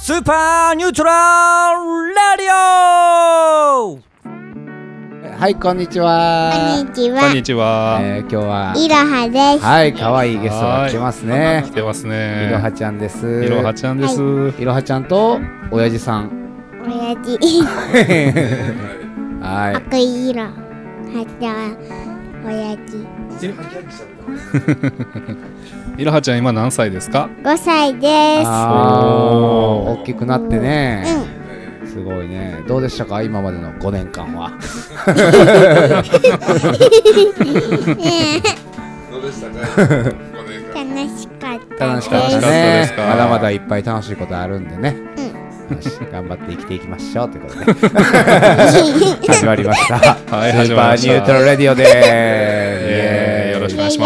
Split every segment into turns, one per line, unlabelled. スーパーニュートラルラディオ
はい、こんにちは
こ。んにち
こん
は
に。ちは。
えー、今日は、
いろはです。
はい、可愛いゲストが来てますね
来。てます
いろは
ね。
ちゃんです。
いろはちゃんです。
いろはちゃんと、親父さん。
親父、
は
赤いいろはちゃん、親父。
いろはちゃん今何歳ですか？
5歳
い。
です。
あ
お
ー、大きくなってね。
う
すごいね。どうでしたか、今までの5年間は。
ん。 ねえ
どうでしたか五年間
楽しかった。
楽しかった
楽しかったで
ね
す。か
まだまだいっぱい楽しいことあるんでね。よし頑張って生きていきましょうということで、ね、 始まりました。
はい
スーパーニュートラルラディオで
えーよろ
す
し
イ
く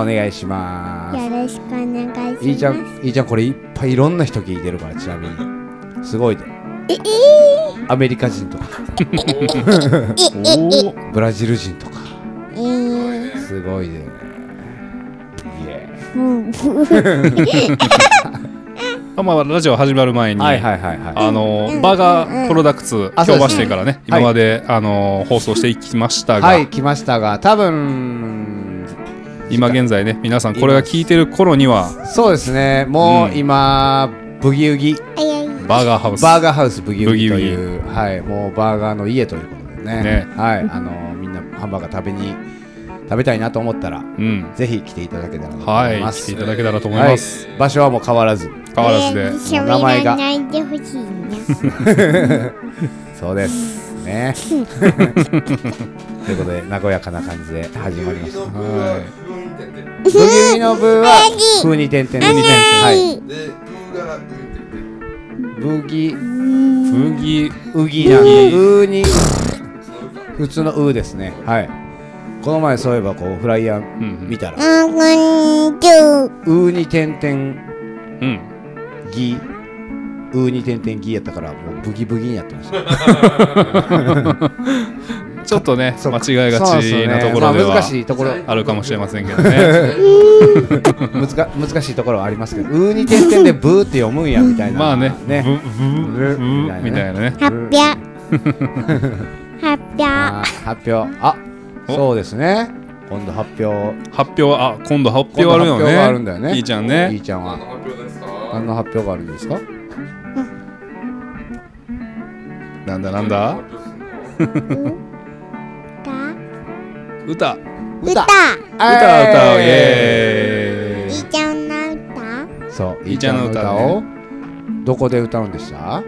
お願いしま
エーイ。よろしくお願いします。
よろしくお願いします。
いいちゃん、いいちゃん、これいっぱいいろんな人聞いてるから、ちなみに。すごいで。
ええ
アメリカ人とか、
す。おー
ブラジル人とか。
えー
すごいで。イエ
うん。
あまあラジオ始まる前
ーイ
に、
はいはいはいはい。
あ
うんうんうんうん
のバーガープロダクツ
あ
京
そうで
橋
す
店からね、
は
今
い
まであの放送していきました
は
が
い、、来ましたが、多分
今現在ね皆さんこれが聞いてる頃には
そうですね、も
う
うん今、ブギウギ、
あいあい。
バーガーハウス
バーガーハウスブギウギと
ブギウギ
いう、はい、もうバーガーの家ということでね、
ね
はい、あのみんなハンバーガー食べに、食べたいなと思ったら、
うん
ぜひ来ていただけたらなと
は
思い
い
ま
来
す。
ていただけたらと思います。
はい、場所はもう変わらず、
変わらずで、
えー
名前が
喋らないでほしいな。
そうです。ね。ということで、和やかな感じで始まりました。
の
ブ
部は不運に点
ギウギの部は、風に点々で
々
はい。
で、部が運に
ブギ
ブギ
ウギなんで、うに、普通のうですね。はい。この前そういえばこうフライヤー見たら、
あこんにちは。
うに点々
うん
ぎ、うに点々ぎやったからもうブギブギになってました。
ちょっとね
そう
間違いがちなと
そう
ころで
なんすよねまあ難
は
しいところ、
あるかもしれませんけどね
むずか難しいところはありますけど、うに点々でブーって読むんやみたいな。
まあね
ね。
ブブブみたいなね
はっ ぴゃ。はっぴ
あ
ゃ。
発表あ
お
そうですね今度発表
発表はあ今度発表あ
今
るよ
度発表があるんだよ
ね
ね
いいちゃん
いい
ね
ちゃん
何の
は
発表ですか
何の発表があるんですか
なんだなんだ
発表すんの
歌
歌。
歌を歌うイ
歌。
エ
い
ー
いちゃんの歌。
そう
い
い
い
い
ち
ち
ゃ
ゃ
ん
ん
の
の
歌
歌をどこで歌うんでした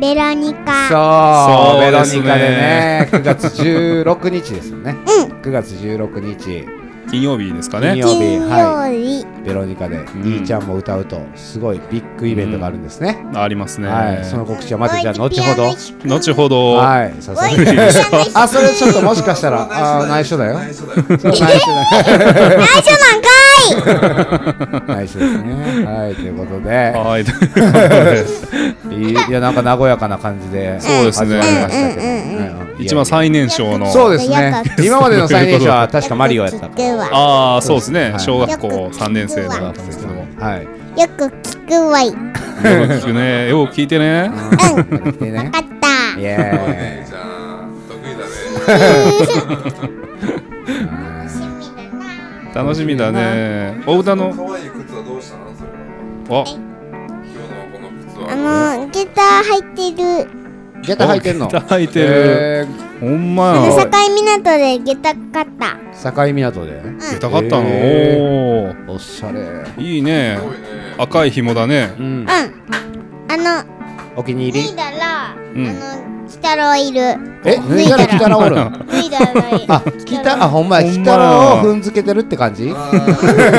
ベロニカ。
そう
そう
ベロ
です
ニ
ね
カでね9月16日ですよね9月16日
イ金曜日ですか
金
ね
曜日
金
は
曜日。
いベロニカで
ん
いいちゃんも歌うとすごいビッグイベントがあるんですね
ありますね
はいその告知はまたじゃあ後ほど
後ほど
はいさ
おい
す
ピ
が
ア
に
ノ弾く。
あそれちょっともしかしたらあー内緒だよ
内緒だよ。
そう内緒だ
内緒なんか
内緒ですね。はい、ということで、
はい
いいいや、なんか和やかな感じで、
そうですね
始まりましたけどね
一番最年少の
い
そうですね。今までの最年少は確かマリオやっ
よ
た
く聞
か
く
ら。
わ。
ああそうですね
はい
小学校三年生だ
小
っ
学生
た
で
んです
け
すけ
ど
ど
も
も
はい。
よく聞くわい。うん。
よく聞くねよく聞いてね
うん来てね
わかっ
イ。
た
おい
エ
ねじゃん得意だね。
楽しみだねお歌の
可愛い靴はどうしたのそれ
あ
は。今日のこの靴
あ
は。
の、ギター入ってる。
ーイ。ゲタ履いてん の
いただいてる
え
ほんま
あの、
や
境港でギター買った。
ー境港で。
出たかったのお
え
ー
おっしゃれ。
いいね
すごいね。
赤い紐だね
うん
うん。。あの、
お気に入
脱
り
い。だら、あ
ん
の、鬼太郎いる。
え、脱いだら来たらおるの。
脱いだらいる。
あ、来た、あ、ほんまや、
ほん
来
ま
た
や
らを踏んづけてるって感じ。
鬼太郎ぺちゃん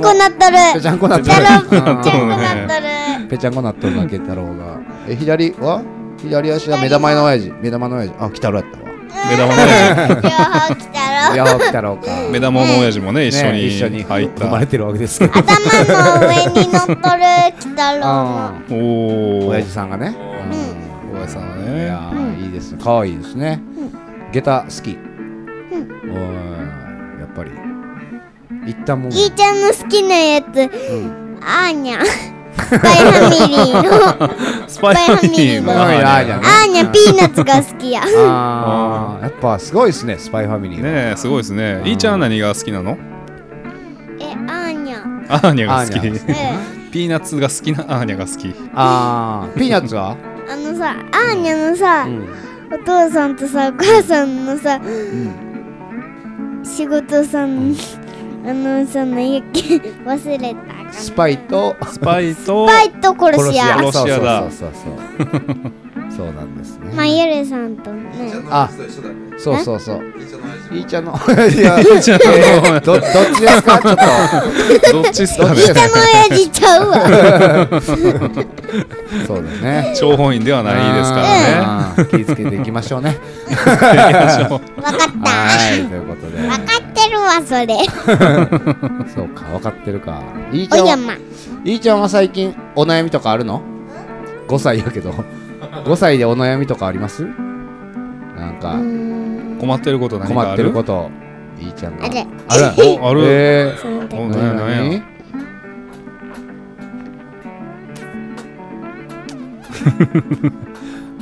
こなっと
ぺ
る。
ちゃんこなっ
鬼太郎
て
ぺち
る。
ゃんこ
うん
なっとる。
ぺちゃんこなっとるな、ケ太郎が。え、左は左足は目玉の親父。目玉の親父。あ、ケ太郎やったわ。
目玉の
両方来た
い
ろ
や、ケ太郎 か。
目玉の親父もね一緒
ね一緒
に
に
入っ
生ま
た
れてるわけですけど。
頭の上に乗っとる鬼太郎も
あ
お
ー
お
親父さんがね。
おやさんは
うんい
ね
やー、いいですね。可愛いですね。下駄好き。おーやっぱり。一旦もう、
いーちゃんの好きなやつ、
ん
アーニャ。スパイファミリーの。
スパイファミリーの
ス
パイファミリーの
あ
アーニャ、ピーナッツが好きや。
あーやっぱすごいですねスパイファミリー
ー
は
ねえすごいですねいーちゃんは何が好きなの
え、アーニャ。
アーニャが好
アーニャ
き
う
ピーナッツが好きなアーニャが好き
あーピーナッツは、
ん。あのさ、アーニャのさ、
うん
お父さんとさ、お母さんのさ、仕事さん、あのさ、なんやっけ、忘れた。
スパイと
スパイと
スパイと殺し屋。
殺し屋だ
そうそうそうそう そうそうなんですね、
まあ、ゆるさんと
いいちゃん
ね。
の話と一緒だね。
そうそうそう
いいちゃんの話も
いいちゃんのい やいいちゃんのどどっちですかちょっと
どっちっすか
どっちだ
ね
下の親父ちゃ うわ。
そうだね
張本員ではないですからね
あー気をつけていきましょうね
わかった。
はいということで
わかってるわ、それ。
そうか分かってるかいいちゃん
お
は
やま。
いいちゃんは最近お悩みとかあるの ?5 歳やけど5歳でお悩みとかありますなんか
困ってること何か
困
あ
ってる
る
こといいちゃんが
あれ
ある
おある
え
その時
お
ー、
何や何や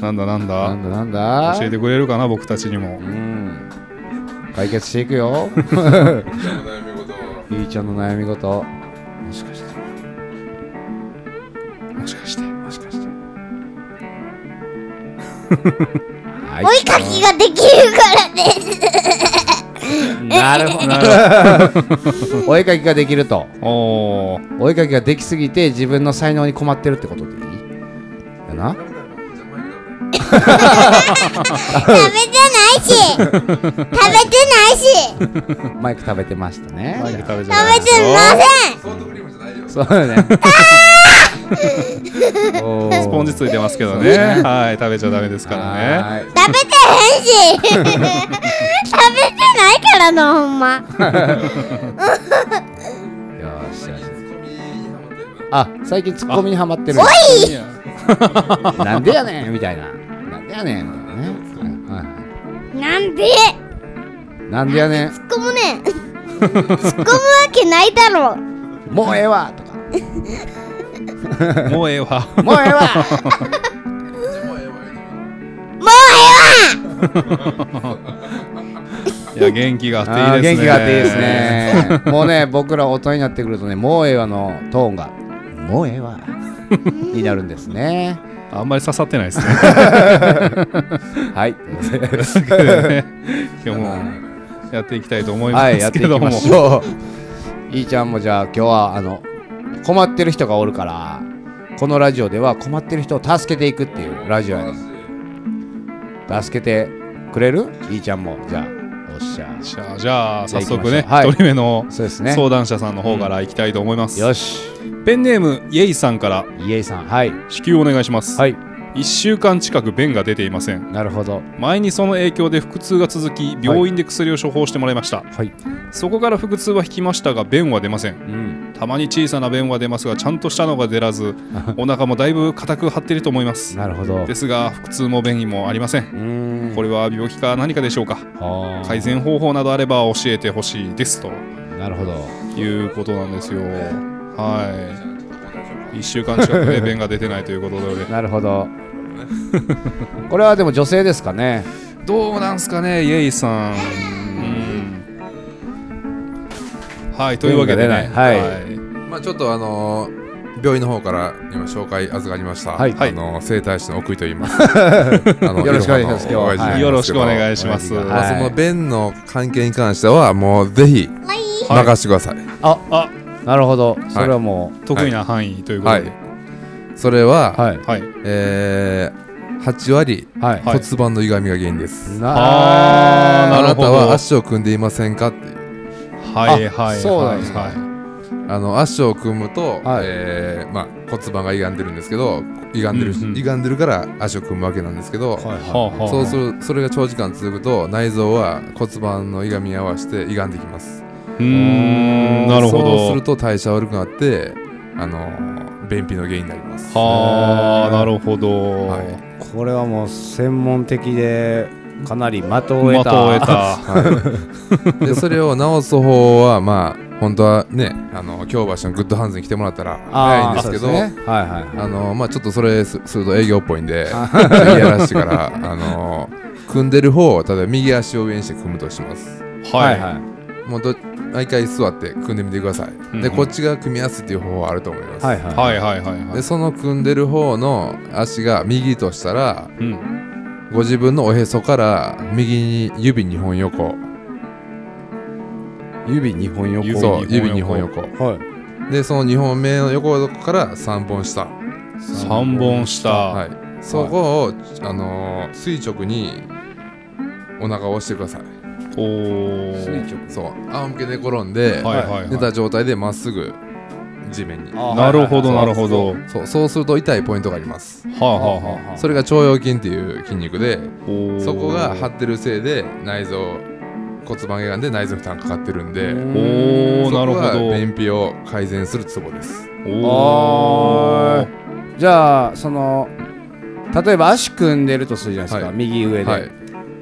なんだなん
な
だ
んだなんだ
教えてくれるかな僕たちにも
うん解決していくよ
いいちゃんの悩み事を
いいちゃんの悩み事もしかして
もしかしてもしかして
は
追いかきができるから です。
なるほど
なる
お絵かきができると
ほどおー
お絵かきができすぎて自分の才能に困ってるってことでいいだな
食べてないし。食べてないし。食べ
マイク食べてましたね
マイク食べちゃいます
て
よ
ません。
ソフトクリームじゃないよ。
そうだ ねおー
スポンジついてますけどねはい食べちゃダメですからね
はーい
食べて へんし。食べてないからな、ほんま。
よーしよし
ツッコミにハマってるな。
あ最近ツッコミにハマってる
いや
なんでやねんみたいななんでやねんみたいなねはい
なんで
はいなんでやねん
突っ込む ねん。突っ込むわけないだろう。
もうええわとか
もうええわ
もうええわ
じゃあもうええわ言うてみ
もう
いや元気があ
あ
っ
ー
てい
元
いですね
気があっていいです ねもうね僕ら大人になってくるとねもうええわのトーンがもうええわになるんですね
あんまり刺さってないです ね
はい
今日もやっていきたいと思いま
はいや
す
って
け
いき
ども
ましょういいちゃんもじゃあ今日はあの困ってる人がおるからこのラジオでは困ってる人を助けていくっていうラジオやねん助けてくれるいいちゃんもじゃあおっしゃ
じゃあじゃあ
じゃあ
早速ね
行きましょうはい
1人目の
そうですね
相談者さんの方からいきたいと思います
よし
ペンネームイエイさんから
イエイさんはい
支給お願いします
はい
1週間近く便が出ていません
なるほど
前にその影響で腹痛が続き病院で薬を処方してもらいました、
はい
そこから腹痛は引きましたが便は出ません
うん
たまに小さな便は出ますがちゃんとしたのが出 らずお腹もだいぶ硬く張っていると思います
なるほどう
ですが腹痛も便意もありません
ーん
これは病気か何かでしょうか
はあ
改善方法などあれば教えてほしいですと
なるほど
いうことなんですよはい1週間近くで便が出てないということ で
なるほどこれはでも女性ですかね
どうなんすかねイエイさんうんはいというわけで
便が
ね
出ないはい
まあちょっとあのー病院の方から今紹介預かりました、
はい
あのー整体師の奥井と言いますあの
よろしくお願いします
いろは
今日は
の親父なんですけど
よろしくお願いします
お願いし
ま
ま
あ、
す
そ
はい
の便の関係に関してはもうぜひ
えわ。はい。
任してください、
あ
あ
なるほどそれはも
得意な範囲というこ
は
と
い
で
それは、
うはい
はい
えー、8割
はい
はい
骨盤の歪みが原因です、
あーな
あ
る
な
ほ
た
ど
は足を組んでいませんかっていう
はいはい
そうなんですね
はいはい
あの足を組むと、
はい
えーまあ、骨盤が歪んでるんですけど歪んでる、
うんうん
歪んでるから足を組むわけなんですけど、
はい
はあ
は
はあ
そうするそれが長時間続くと内臓は骨盤の歪みに合わせて歪んできます
うーんなるほ
そうす
ど
ると代謝悪くなってあの便秘の原因になります
はあなるほど
は
これはもう専門的でかなり的を得
的
た
を得た
はいでそれを直す方はまあ本当はねあの京橋のグッドハンズに来てもらったら早 いん
あー
ですけど
そうねはいはい
あのまあちょっとそれすすると営業っぽいんでいやらしてからあの組んでる方を例えば右足を上にして組むとします
は
はいい
は
はいい
もうど毎回座って組んでみてください、
んう
で
ん
こっちが組みやすいっていう方法あると思います、
はいはい
はいはいはいは
で
い
その組んでる方の足が右としたら
うん
ご自分のおへそから右に指2本横
指2本横
指
そう
二
指
本
2
横
本横
はい
でその2本目の横から3本下
三本下
はいそこを、あのー垂直にお腹を押してください
垂
おー
直
そう仰向けで転んで、
はいはい
寝
は
た状態でまっすぐ地面に
いなるほど
は
なるほどは
そうそうすると痛いポイントがあります
あ
あ
はあは
はあ
それが腸腰筋っていう筋肉で
あおー
そこが張ってるせいで内臓骨盤がんで内臓負担かかってるんで
おーなるほ
そこ
ど
が便秘を改善するツボです
おー
じゃあその例えば足組んでるとするじゃないですか、
はい
右上で、
はい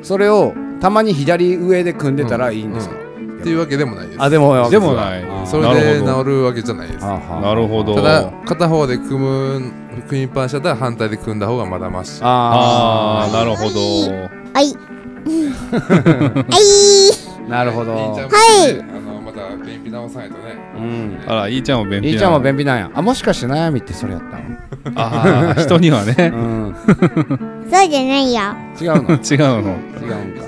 それをたまに左上で組んでたらいいんですか、
っていうわけでもないです
あでも
でもない
あー
それで治るわけじゃないです
はあはあ
なるほど
ただ片方で組む組みっぱなしだったら反対で組んだ方がまだまし
あ
あ
あなるほど
はい。
あなるほど
いいちゃんもねあのまた便秘直さないとね
うん
あらいいちゃんも便秘
いいちゃんも便秘なんやあもしかして悩みってそれやった
秘ああ人にはね
のうん
そうじゃないよ。
違うの
違う
違
の
うんか
水ないんで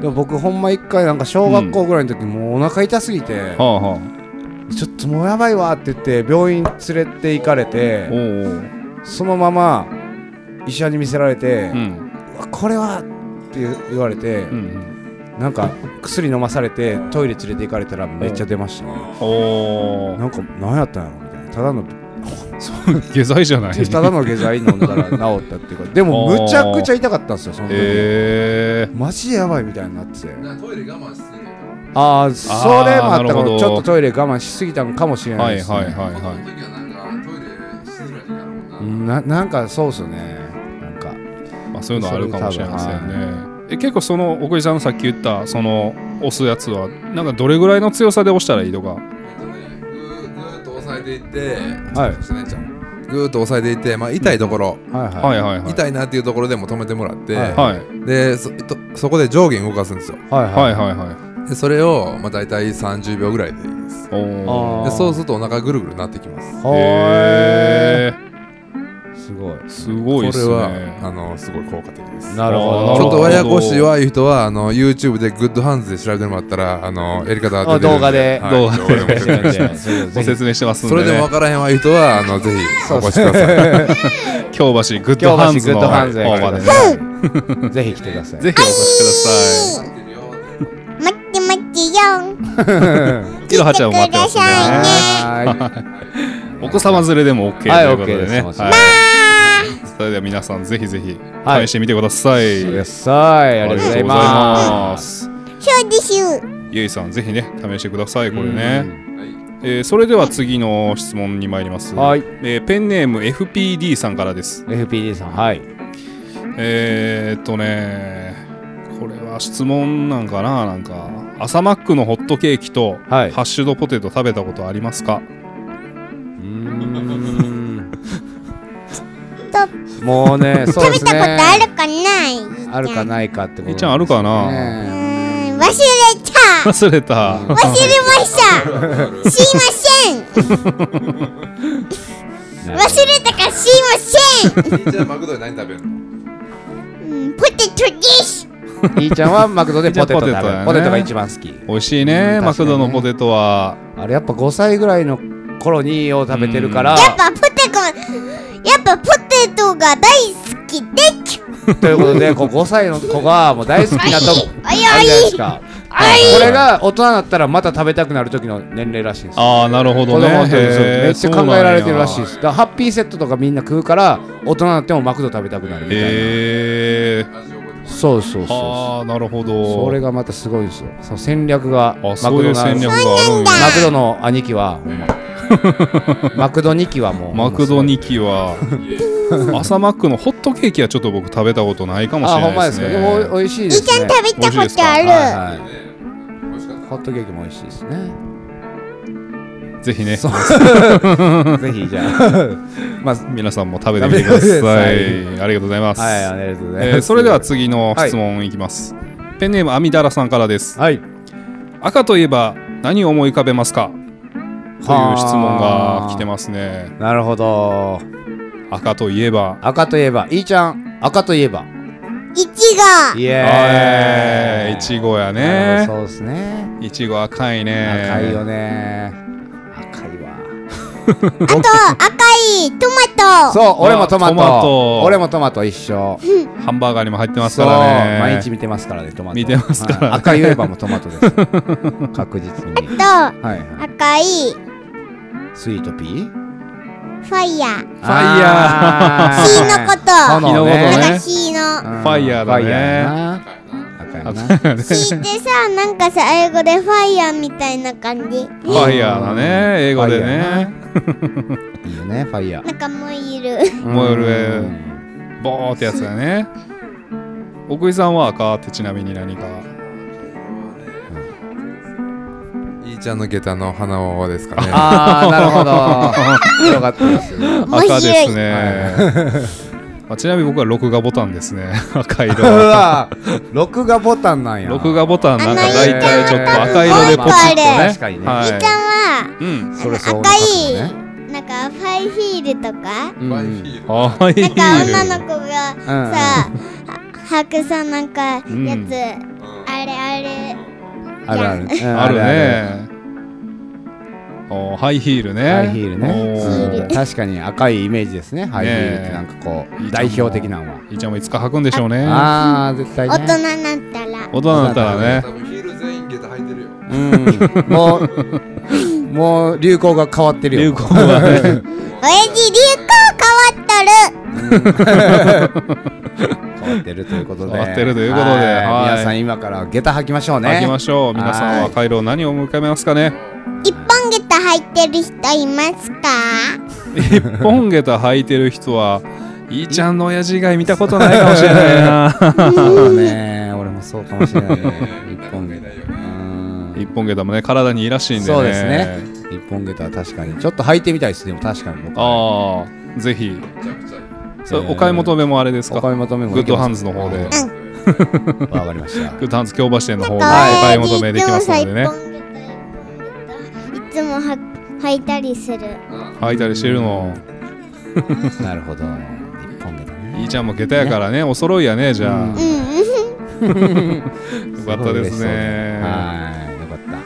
でも僕ほんま一回なんか小学校ぐらいの時、もうお腹痛すぎて
はあはあ
ちょっともうやばいわって言って病院連れて行かれて
おー
そのまま医者に見せられて
う、ん
うわこれはって言われて、
うん
なんか薬飲まされてトイレ連れて行かれたらめっちゃ出ましたね、
おー
なんか何やったんやろみたいなただの
下剤じゃない
ただの下剤飲んだら治ったっていうかでもむちゃくちゃ痛かったんですよその時、
え
マジでやばいみたいになってて
なトイレ我慢しすぎて
ああそれもあった
なる
か
ほど
もちょっとトイレ我慢しすぎたのかもしれ
ー、
な
はいい
ですね、
はいはいは
時はなんかトイレしづらいになるもん
な
な
なんかそうっすねなんか
い、まあ、そういうのあるかもしれませんねえ結構その奥井さんのさっき言ったその押すやつはなんかどれぐらいの強さで押したらいいとか
えっとねぐーぐーっと押さえていって
はい
ちょっとねちゃんぐーっと押さえていってまあ痛いところ
はいはい
はいはいはい
痛いなっていうところでも止めてもらって
はい
はい
でそとそこで上下に動かすんですよ
はい
はい
い
はいはい
でそれをまあ大体30秒ぐらいでいいです
おー
でそうするとお腹ぐるぐるなってきます
は
へ
ーすごい
ー、すごいっすね
これはあのすごい効果的です
なるほど
あー
ちょっと
な
や
る
や
ほど
こしい弱い人はあの YouTube でグッドハンズで調べてもらったらあのやり方
あ
出てる
動
ん
画で
はい
動画で
動画で
そう
ご説明してますん
そ
で、ね、
れでも分からへんわいう人はあのぜひお越しください
京橋グッドハンズの
グッドハンズ
方まで、ね、
です ぜひ来てください
ぜひお越しくださ
待って待ってよ。
いいろはちゃんも待ってます
来てく
んで
だ
ね
さ
は
お子様連れでも OK と
はい
いうことでね、
OK です
はいそれでは皆さんぜひぜひ
はい
試してみてください、
いくださいありがとうございます
す
そうです。
ゆいさんぜひね試してくださいこれね、えーそれでは次の質問に参ります、
はい
えーペンネーム FPD さんからです
うん FPD さんはい
えー、っとねこれは質問なんかななんか朝マックのホットケーキとハ
はい
ッシュドポテト食べたことありますか、
う ーん
と
もうねそうで
食べ
す
たこと
ね
あるかない。
あるか
い。
ないかってこと
いっちゃんあるかな
う
ね
ーん忘れた。
忘れた
忘れま した。すいません。忘れたかすいま
いじゃあマクドで何食べるの
せん。うんポテトです。
いいちゃんはマクドでポテト食べ
いいちゃんポテトだよね
るポテトが一番好き
美味しいね
うん
マクド
確かに
の
ね
ポテトは
あれやっぱ5歳ぐらいの頃にを食べてるから
やっぱポテト、やっぱポテトが大好きです。
ということでこう5歳の子がもう大好きなとこあ
あ
る
い
じゃ
あ
ないいですか
はい
これが大人になったらまた食べたくなる時の年齢らしいんですよ
ああなるほど
子供
ね
の時そう
へー
めっちゃ考えられてるらしいで
そうなんや
すだからハッピーセットとかみんな食うから大人になってもマクド食べたくなるみたいな、
へえ
そうそうそうそ
ああなるほ
う
ど
それがまたすごいんですよその戦略がマ
あ
ク
そうい
ド
う
な
戦略があるんや
マクドの兄貴はほんまマクド2期はもう
マクド2期は 朝マックのホットケーキはちょっと僕食べたことないかもし
あ、
れ
ほんま
ない
で
ですす
か。
ね。
でもお美味しい
い
です
ちゃん
ね。
食べたことあ
は
る、
いは
美味しかっ
い。ホットケーキも美味しいですね。
ぜひ ね、
ぜひじゃ あ、まあ
皆さんも食べてみてくだ
食べてくだ
さ
さ
い。ありがとうございます。
はい、ありがとうござい
え
ま
ー
す。
それでは次の質問いきます。ペンネームアミダラさんからです。
はい。
赤といえば何を思い浮かべますかという質問が来てますね。
なるほど。
赤といえば。
赤といえば、いーちゃん、赤といえば。
いちご
イ
は
エー
い、
イ。
いちごや
なる
ね
ほ。どそうですね。
いちご赤いね。
赤いよね。赤いわ。
あと赤いトマト
そう、俺もトマ
トマ
ト。
ト
俺もトマト一緒。
ハンバーガーにも入ってます
そ
か
う、
らね。
毎日見てますからね、トマト。
見てますからね
はい赤い言えばもうトマトです。 確実に。
と
はいはい。
赤い
スイートピー
ファイヤー
フ
ァイヤ
火のこと
火のこと
なん
ね
か火の
ファイヤーだね
ファイヤー やな。赤いな。
火ってさなんかさ英語でファイヤーみたいな感じ
ファイヤーだね、英語で
ファイヤ
ね。
いいよね、ファイヤー。
なんかもういる
燃える
う
ね
ん
ボーってやつだね。奥井さんは赤ってちなみに何か。
たいいちゃんの下駄の花輪ですかね
ああ、なるほ ど。よかったですよ。
面白
赤
い
ですね。まあ、ちなみに僕は録画ボタンで すね。赤色。
うわ録画ボタンなんや。
録画ボタンなんか
あの
大体ちょっと赤色でポ
もう一
チッと
個あ
ね。
る
確かにね
はい
いちゃんは
うん。
それ
赤
相応の角
い
度ね
なんかファイヒール とか
うん
バイフィール
あいい
なんか女の子
ね。
が
うん
さはくさなんかやつ、
ん
あれあれ
あるある。うん
ある。ね。おハイヒールね。
ハイヒールね。う
お
ん確かに赤いイメージですね。ハイヒールっ
ね
て
え
なんかこ、
いいうちゃ
代
んも
表的なのは。
いちゃんもいつか履くんでしょうね。
ああ、絶対
大人
ね。
になったら
大人になったらね。
多分ヒール全員下駄履いてるよ
うんもう、 もう流行が変わってるよ。
流行はね。
親父流行変わっとる
変わってるということで。
変わってるということで
は
はい
皆さん今から下駄履きましょうね。
履きましょう。皆さんは赤色を何を思い浮かべますかね。
一本下駄履いてる人いますか
一本下駄履いてる人は、いいちゃんの親父以外見たことないかもしれない な。
そうね。 俺もそうかもしれないね。一本下駄。うん
一本下駄もね、体にいいらしいんでね。
そうですね。。一本下駄は確かに。ちょっと履いてみたいです。でも確かに僕は。
ああ、ぜひ。
めちゃくちゃ
それ
えー
お買い求めもあれです
お
か
買い求めも
グッドハンズの方で。
できます。わかりました。
グッドハンズ京橋店の方でお
な
買い
んか
求
親
め
父い
でき
つ
ま
も
す
さ
の
一
で
本
ね
下。駄一本下駄いつもは履いたりする
履いたりしてるの。
なるほど。一本下駄ね。
いいちゃんも下駄やからね、お揃いやね、じゃあ。
うん
ごい嬉しそ
よかったです
う
ね。
はい。よかった。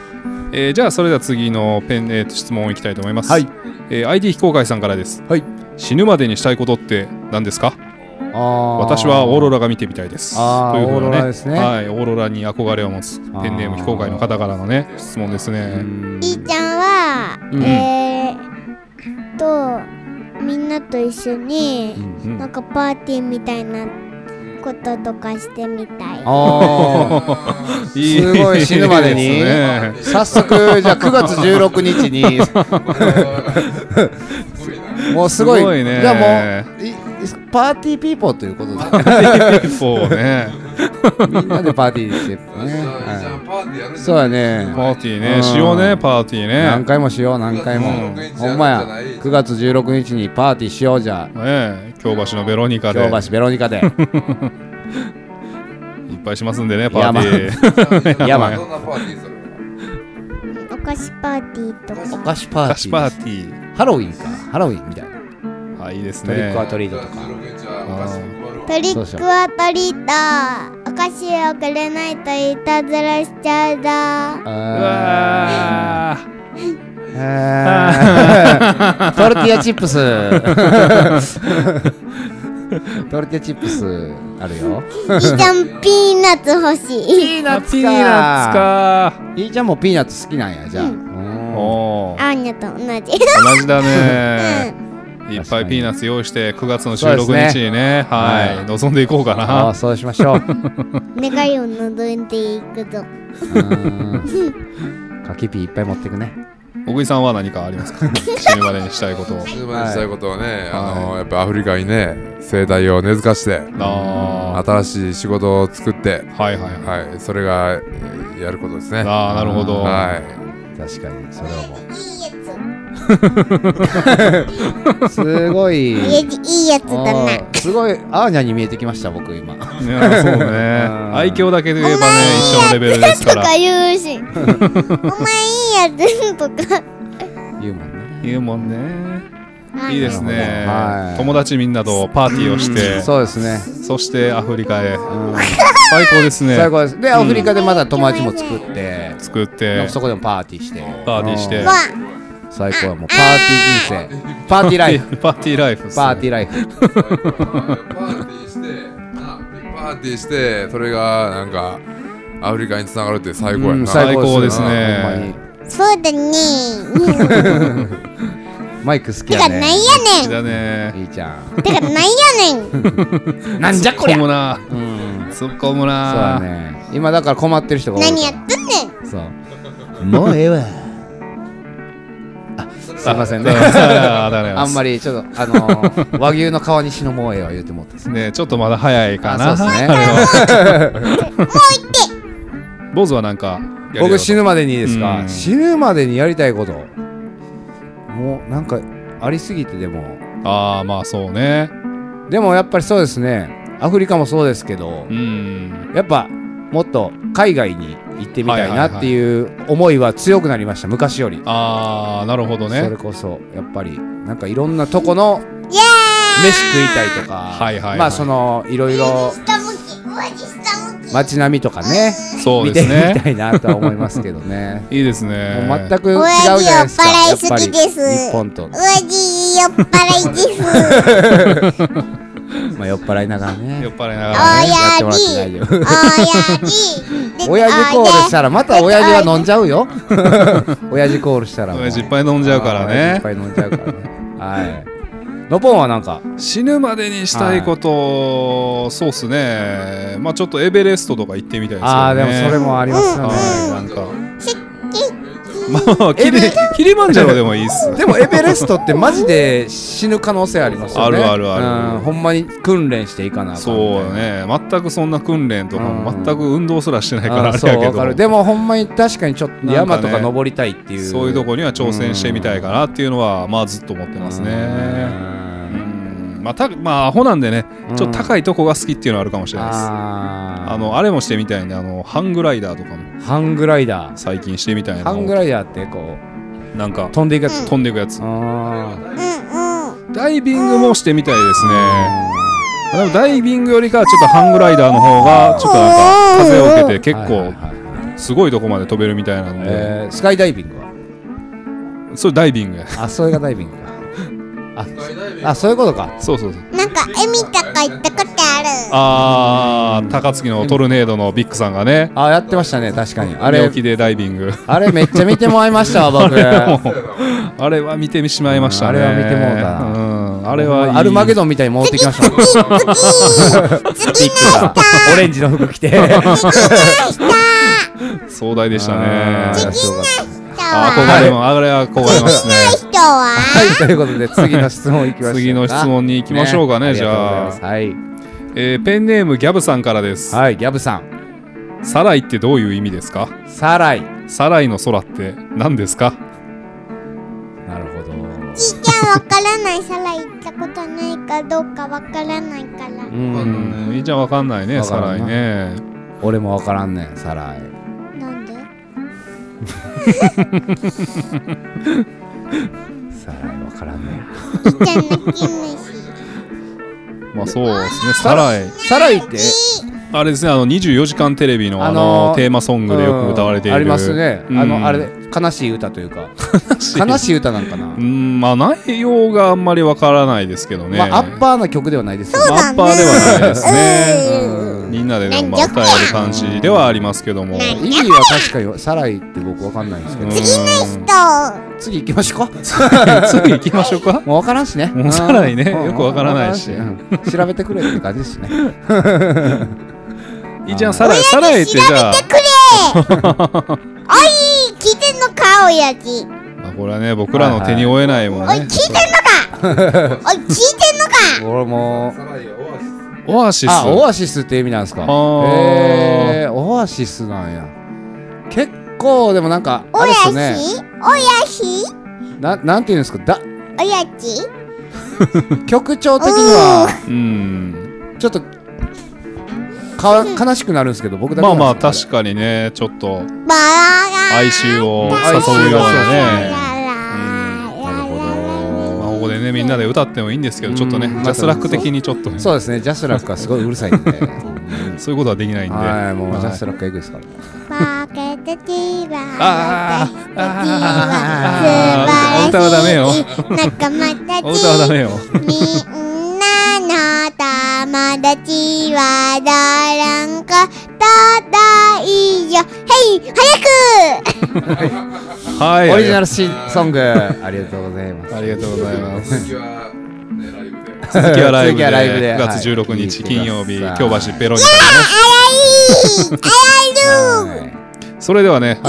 えーじゃあそれでは次のペン、えーと質問いきたいと思います、
はい
えー ID 非公開さんからです、
はい
死ぬまでにしたいことって何ですか私
私
はオーロ
ラ。
ラが見てみたいです
あー
というふうな
オーロラですね
はい、オーロラに憧れを持つペンネーム非公開の方からのね質問です
う
ね
ん
いいちゃんは、
ん
えー、とみんなと一緒に、
うん
なんかパーティーみたいなこととかしてみたい。
あ
い
すごい死ぬまでに
すね
ー早速、じゃあ9月16日 に、もうすごい、
すごいね
じゃあもうい、いパーティーピーポーということで、
そうね
みんなでパーティーして、ねは
パーティーやる
い、そうやね、
パーティーね、
うん
しようねパーティー
何
ね
回もしよう、何回も
うん、
ほんまや、9月16日にパーティーしようじゃあ、
ね京橋のベロニカで
京橋ベロニカ で、
いっぱいしますんでねパーティー
やばい
どんなパーティーする
お菓子パーティーと
お
か。
菓子 パー
菓
テ
子
ィ
パ
ー
ー、ティー
ハロウィンか、ハロウィンみたいな、
あいいです
トリックア
ね
トリートとか。
16日はお菓子配るわ
トリックはトリート。お菓子をくれないといたずらしちゃうだ。
う
あ
わー
ーあ ートルティーヤチップストルティーヤチップスあるよ
いいちゃん、ピーナッツ欲し
ピー
い。
ナ
ピーナッツか
いいちゃんもピーナッツ好きなんやじゃあ、う
うん
ー
ん、
おー
アーニャと同じ。
同じだね
う
いっぱいピーナッツ用意して9月の
そうですね
16日にねはい、
はい
望んでいこうか
ああ
な
そうしまし ょうう
願いを望んでいくぞ。
ーんカキピーいっぱい持ってくね
う
小栗さんは何かありま すか死ぬまでにしたいことを
死ぬまでにしたいことはね、あのやっぱアフリカにね生態を根付かして
あ
新しい仕事を作って、
あはいはいはい
はい、それがえーやることですね。は
ああなるほど、
い、
確かにそれはも
いいやつ
うすごい
いいやついいやつだな
あーすごいアーニャに見えてきました僕今
いやそうね
ん
愛嬌だけで言えばね一緒のレベルです
と
から
か言うしお前いいやつとか
言うもんね
言うもんねいいですね、
はい
友達みんなとパーティーをして
そうですね、
そしてアフリカへ
うん
最高ですね
最高ですでアフリカでまだ友達も作って、
作って
そこでもパーティーして
パーティーして
うん
わ
最高やもうパーティー人生パーティーライフ
パーティーライフっす ね
パーティーライフ
パーティーしてなパーティーしてそれがなんかアフリカにつながるって最高や
うん
な。
最高ですね
よほんまに
そうだね
マイク好き
て
や
かなんや
ね
ね
だね
いいじゃん
んてかなんやねん
なんじゃこりゃ
突っ込むな
うん
突っ込
そ
む
うだ
な
ね今だから困ってる人が多いから
何やってんねん
そうもうええわあすいませんね
だからだから
あんまりちょっとあのー和牛の皮にしのもうええわ言うてもうた
ねちょっとまだ早いかな
あそうっすね
あれは
もう行って
坊主はなんかやりたいこと
僕死ぬまでにですか
うん
死ぬまでにやりたいこともうなんかありすぎてでも
ああまあそうね
でもやっぱりそうですねアフリカもそうですけど
うん
やっぱもっと海外に行ってみたい
はいはい
な
はい
っていう思いは強くなりました昔より、
ああなるほど
そ
ね
れこそやっぱりなんかいろんなとこの
イエーイ
飯食いたいとか、
はいはいはい
まあそのいろいろ
下向き上地下向き
街並みとかね
そう
見
で
て
す
み
ね
たいなとは思いますけど ね
いいですね
もう全く違うじゃないですか
親
やっ
父酔っ払い
ぱり
すぎです
日本と、
上地酔っ払いです
まあ、酔っ払いながら
酔
ね
っ払いなが
お
らね
や
や
ってもらって大
じ
丈
おやじ
親父コールした
ら
らまた親父は飲んじゃうよ 親父コールしたらもう
親父いっぱい飲んじゃうか
は
ら
いいっ
ね
ぱい飲んじゃうからね。はい。のぽんはなんか、
死ぬまでにしたいこと、そうっすねまあちょっとエベレストとか行ってみたいですよね
ああ、でもそれもありますよね。
はいなんかまあ まあキリキリマンジャロでもいいっす
でもエベレストってマジで死ぬ可能性ありますよね。
あるあるある
うんほんまに訓練していかなあかん
そうだね全くそんな訓練とかも
うん
全く運動すらしてないから
あ
あれ
そう
やけ
わかる
ど
でもほんまに確かにちょっと山と
なんか
か
ね
登りたいっていう
そういうとこには挑戦してみたいかなっていうのはまあずっと思ってますね
ね
うんまあたまあアホなんでね
うん
ちょっと高いとこが好きっていうのはあるかもしれないです
あー
あのあれもしてみたいねあのハングライダーとかも
ハングライダー
最近してみたい
ハ
な
ングライダーってこ
なんか
う飛んでいくやつ
飛んでいくやつ
あ
うんうん
ダイビングもしてみたいですね
ー
でもダイビングよりかはちょっとハングライダーの方がちょっとなんか風を受けて結
はいはい
構
はいはい
すごいとこまで飛べるみたいなんで
えースカイダイビングは
それダイビングや
あ、それがダイビングか。あ、あそういうことか。
そうそうそう
なんかエミとか行ったことある
あー高槻のトルネードのビッグさんがね
あ、やってましたね、確かに。あ
寝
れ
起、きでダイビング
あれめっちゃ見てもらいましたわ、 僕。あ
あれは見てしまいましたね
うんあれは見てもうた
うんあれはいい
アルマゲドンみたいに戻ってきましたもん。ピックが オレンジの服着て。
壮大でした
あー
ね
すごかっ
人
あ
は
憧れもあれは 憧れますね
人
た
は
はい、ということで、次の質問いきましょうか。
次の質問に行きましょうかね
りがとうございます
じ
はい。
えーペンネームギャブさんからです
はい、ギャブさん。
サライってどういう意味ですか
サライ。
サライの空って何ですか
なるほど。
ちいちゃんわからないさら行ったことないかどうかわからないから
うん。
いいじゃんわかんないね
わか
サ
ら
ラ
んな
イね
俺もわからんねん、サライ。
なんで
サライわからんねん。
いっちゃん泣き虫
まあそうですねサライ
サライって、
あれですねあの24時間テレビのあ
あの
の
ー
テーマソングでよく歌われている
うんありますね。あ
うん
の、あれ、悲しい歌というか。悲しい歌なんかな
う。んまあ内容があんまりわからないですけどね、
まあ、アッパーな曲ではないですけど。
まあアッパーではないですね
うん
みんなででもま
な
あ
んじゃこ
歌
り
え
ゃ
る感じではありますけども
ない
意味は確かにサライって僕わかんないんですけど
次
人は
次行きましょうか
次行きましょうか
もうわからんしね
もうサライねよくわからないし
わからんしうん調べてくれって感じですね
いいじゃんサライサライってじゃあ
くれおい聞いてんのかおやじ
まああこれはね僕らの手に負えないもん
おい聞
ね
いてんのかおい聞いてんのか
俺も
オアシス
あオアシスって意味なんですか
あー
へえオアシスなんや結構でもなんかあ
お
れ
や
っすね
しおやし
ななんていうんですかだ
おやち
曲調的には
うん
ちょっとか悲しくなるんですけど僕だけ
ま
な
あ
ん
まあ
です
確かにねちょっと
バラが
哀愁を
哀愁を
誘うような
誘う
ねまあ、ここでねみんなで歌ってもいいんですけどちょっとね
うん
ジャスラック的にちょっとね
か
そ
そうですねジャスラックはすごいうるさ いんで
ういうことはできないんで
はいもうジャ
は
スラックエグいですから
バケットティーバー
あー
バケットティー
あー歌はダメよ
仲間たち
お歌はダメよ
みんなの友達はどらんかただいいよへい早く
は い
オリジナルシソングありがとうございます
ありがとうござい ます
次は、ね、ライブで。
続きはライブ
続きはライブ
で
で
9月16日
はい
金曜日
聞いてくだ
京
さい
橋ペロニ
あらいあらいる
カねそれではねお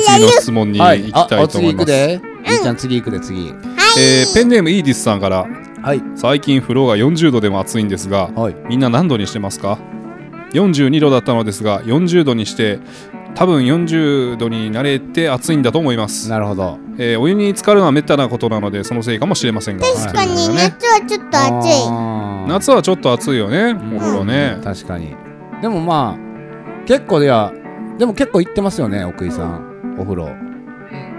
次の質問に
は
行
い
き
あ
た
お
いと
次
思
行
いま
く
す
でみーちゃん次行くで次
えーペンネームイーディスさんから
はい
最近風呂が40度でも暑いんですが
はい
みんな何度にしてますか42度だったのですが40度にして多分40度に慣れて暑いんだと思います
なるほど
えーお湯に浸かるのはめったなことなのでそのせいかもしれませんが
確かに
ね
夏はちょっと暑い
あー
夏はちょっと暑いよねお風呂ね
確かにでもまあ結構ではでも結構行ってますよね奥井さんお風呂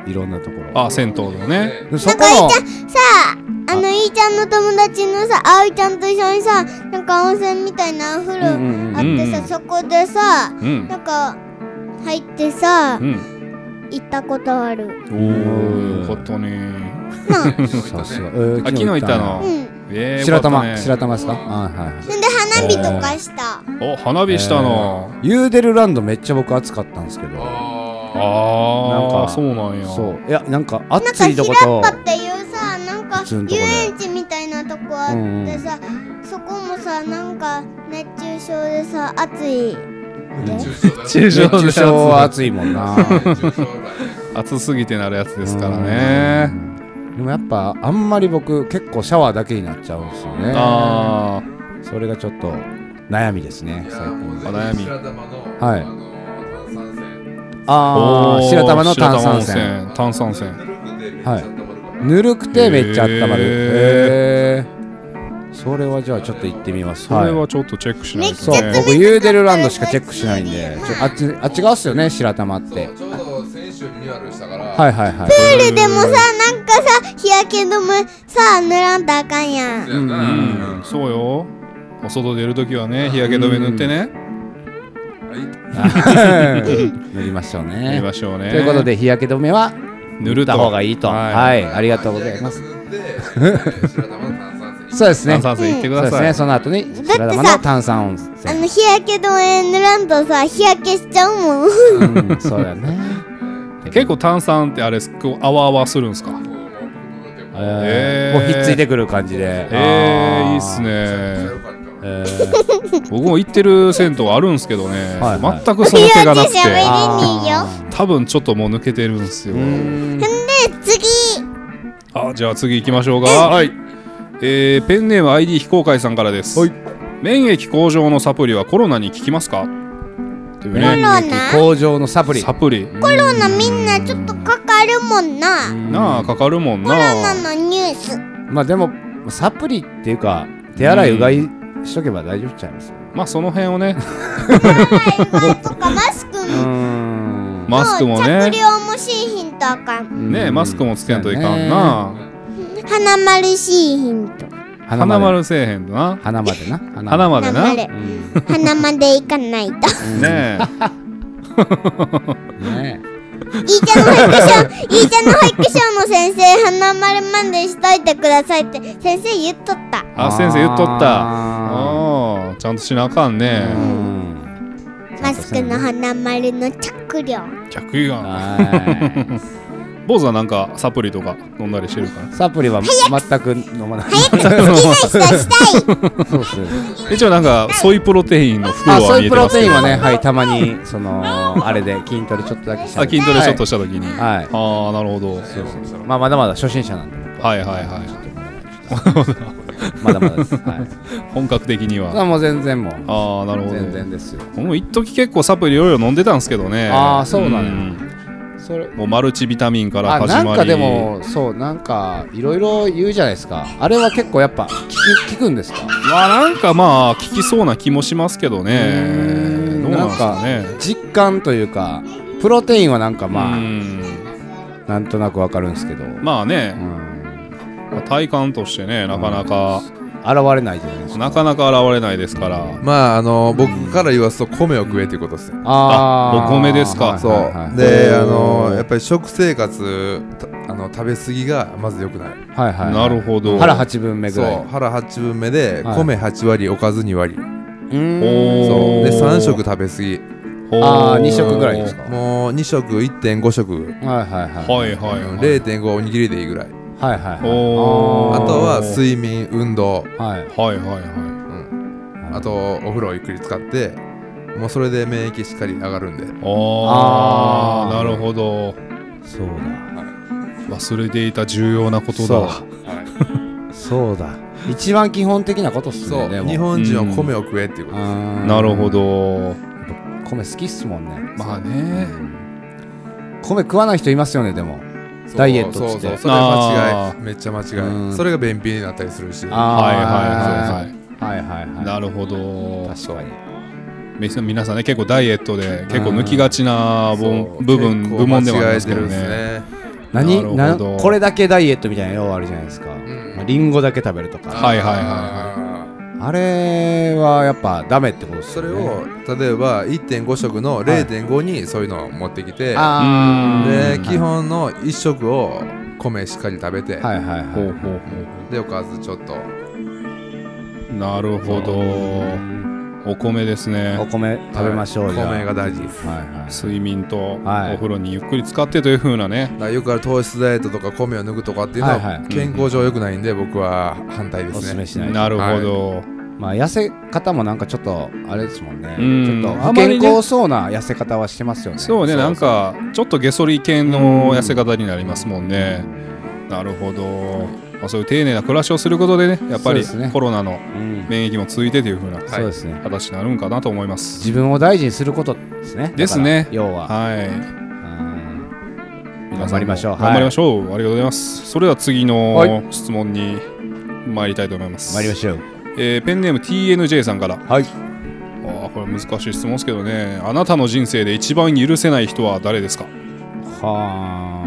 いろんなところ
あ銭湯でもね
でそこ
なん
の
かさああのいいちゃんの友達のさあおいちゃんと一緒にさなんか温泉みたいなお風呂あ
うんうんうん
うん
ってさ、そこでさ
うん
なんか入ってさ
うん
行ったことある
おおよかったね
さすがえー
あ昨日行ったの
うん
えー
白
よか
玉
ったね
白玉ですかあはいはい
それで花火とかした、
お花火したの
ユーデルランドめっちゃ僕暑かったんですけどなん
ああ
か
そうなんや
そういやなんか
なん
暑
か
い
平
とこ
っ
と
ぱっていうさなんか
普通のと
遊
こね
園地みたいなとこあってさ、そこもさなんか熱中症でさ暑い
中
熱中症は
暑
暑いもん な
暑すぎてなるやつですからね
でもやっぱあんまり僕結構シャワーだけになっちゃうんですよね
あー
それがちょっと悩みですね最近
お悩み
はい
あの炭酸泉
ああ
おー
白玉の炭酸
白玉
泉
温泉炭酸泉
ぬるくてめっちゃ温ま
ぬるくてめっち
るから
ゃ温まるへ
へ
えそれはじゃあちょっと行ってみます
それ
い
はちょっとチェックしないと
そう
ね
僕ユーデルランドしかチェックしないんでちょあっちあっち側っすよね白玉って
そうちょうど先週リニューアルしたから、
はいはいはい
プールでもさなんかさ日焼け止めさ塗らんとあかんやん
そうやな
うんそうよお外出るときはね日焼け止め塗ってね
塗りましょう
塗り
ね
ましょうね
ということで日焼け止めは
塗
塗
る
っ
と
た方がいいと
はい
はいありがとうござい ます
塗って白玉の炭酸泉
そうですね
炭
そ
酸
う
泉行ってくだ
です
さい
ねその後に白玉の炭酸温
あ
泉
の日焼け止め塗らんとさ日焼けしちゃうもん
うんそうだ ね
結構炭酸ってあれこうあわあわするんですか
え
えー
ーもうひっついてくる感じで
えー、いいっす
めっちゃ
ね
良かったわ
えー
僕も行ってる銭湯あるんですけどね、
はいはい
全くその手がなくて
いや私喋
あ
多分ちょっともう抜けてるんですよ
ーうーん
次
あじゃあ次行きましょうかはいえーペンネーム ID 非公開さんからです、
はい
免疫向上のサプリはコロナに効きますかという
免
ね
疫向上のサプリ
サプリ
コロナみんなちょっとかかるもんな
なあかかるもんな
コロナのニュース
まあでもサプリっていうか手洗いうがいしとけば大丈夫ちゃいます
まあその辺をね
海 外とかマスク
うー
も
ん
マスクもね
着用もしいひんとあかん
ねマスクもつけんといかんな
花丸しいひんと
鼻
花
まで
丸せえへんとな
鼻までな
花までな
花
ね
丸花まで行かないと
え
ね
いいちゃんの保育所いいちゃんの保育所の先生花丸までしといてくださいって先生言っとった
あ先生言っとった
あ
あーちゃんとしなあかんね
ーうん
マスクの花丸の着量
逆やん
は
坊主はなんかサプリとか飲んだりしてるから
サプリは全く飲まない
早く好きな人したい
そうっす
一応なんかソイプロテインの袋
あそ
は
ういう
見え
プ
て
ロ
ます
テイ
け
ン
ど
はねはいたまにそのあれで筋トレちょっとだけした
あ筋トレちょっとした時に、
はいはい
ああなるほ
そ
ど
うそうそうまあまだまだ初心者なんで僕
はいはいはい
ちょっとまだまだですはい
本格的に
あ
は
もう全然もう
ああなるほど
全然ですよ
もう一時結構サプリいろいろ飲んでたんですけどね
あーそうなんや
ん
それ
もうマルチビタミンから
あ
始
な
まり
んかでもそうなんかいろいろ言うじゃないですかあれは結構やっぱ聞く聞くんですか
まあなんかまあ聞きそうな気もしますけど
う
ね
ーん
どうなんですかね
実感というかプロテインはなんか
う
まあ
ん
なんとなくわかるんですけど、
まあ
う
ね、
ん、
まあ体感としてねなかなか、
現れないじゃないですか
なかなか現れないですから、
まああの僕から言わすと米を食えっていうことですね
あー
あお米ですか
そう、
はいはいはい
であ
お
の
ー
やっぱり食生活たあの食べ過ぎがまず良くない
はいはい
なるほど
腹八分目ぐ
そ
らいう
腹8分目で、
はい
米8割おかず2割
うーん
おー
そうで3食食べ過ぎ
ほう
あー二食ぐらいですか
もう2食1.5食
はいはいはい
はいはい、
うん
はい、
0.5おにぎりでいいぐらい
はいはいはい
おー
あ
あ
とは睡眠運動
ーはい
はいはいはい
あとお風呂をゆっくり使ってもうそれで免疫しっかり上がるんで
あ
あ
あ
ー
なるほど
そうだ
忘れていた重要なことだ
そう
わ
そうだ一番基本的なことっすね
そう
でも
日本人は米を食えっていうことです、
あー
なるほど
米好きっすもんね
まあね
米食わない人いますよねでも
そう
ダイエットっつって
そうそうそれ間
あ
違いめっちゃ間
う
違
ん
いそれが便秘になったりするし
あ
はい
ー
はいはいは
はいはい
い
は
なるほど
い確かに
み皆さんね結構ダイエットで結構抜きがちな
そう
部部分
結構
部門ではありますけど
間違えて
ね
るんです
なるほ
何
ど
なこれだけダイエットみたいなようあるじゃないですか
ん
まあリンゴだけ食べるとか
はいはいはい
は
あれはやっぱダメってことです
そ
よ
れ
ね
を例えば1.5食の0.5にそういうのを持ってきて、
あー
で
うん
基本の1食を米しっかり食べて、
はいはい
ほう
は
ほうほ
でおかずちょっと
うなるほどお米です
いお
ね
米食べましょうじゃあ
米が大事です
はいはい
睡眠とお
はい
風呂にゆっくり使ってというふうなね
だからよくある糖質ダイエットとか米を抜くとかっていうの
はい
は
はい
健康上良くないんで僕は反対で
おす
す
す
ね
め。しない
なるほど
まあ痩せ方もなんかちょっとあれですもんね
うん
ちょっと
あ
不
んまり
健
ね
康そうな痩せ方はしてますよね
そうね
そうそう
なんかちょっとゲソリ系の痩せ方になりますもんねなるほど、まあ、そういう丁寧な暮らしをすることでねやっ
そ
ぱり
うですね
コロナの
うん
免疫もついてというふうな
そうですね
形になるんかなと思います
自分を大事にすることですね
ですね
だから要は
はい
うん
皆さ
頑張
んも
りましょう
頑張りましょう、ありがとうございますそれでは次
はい
の質問に参りたいと思います、
参りましょう
えーペンネーム TNJ さんから
はい
あーこれ難しい質問ですけどねあなたの人生で一番許せない人は誰ですか
は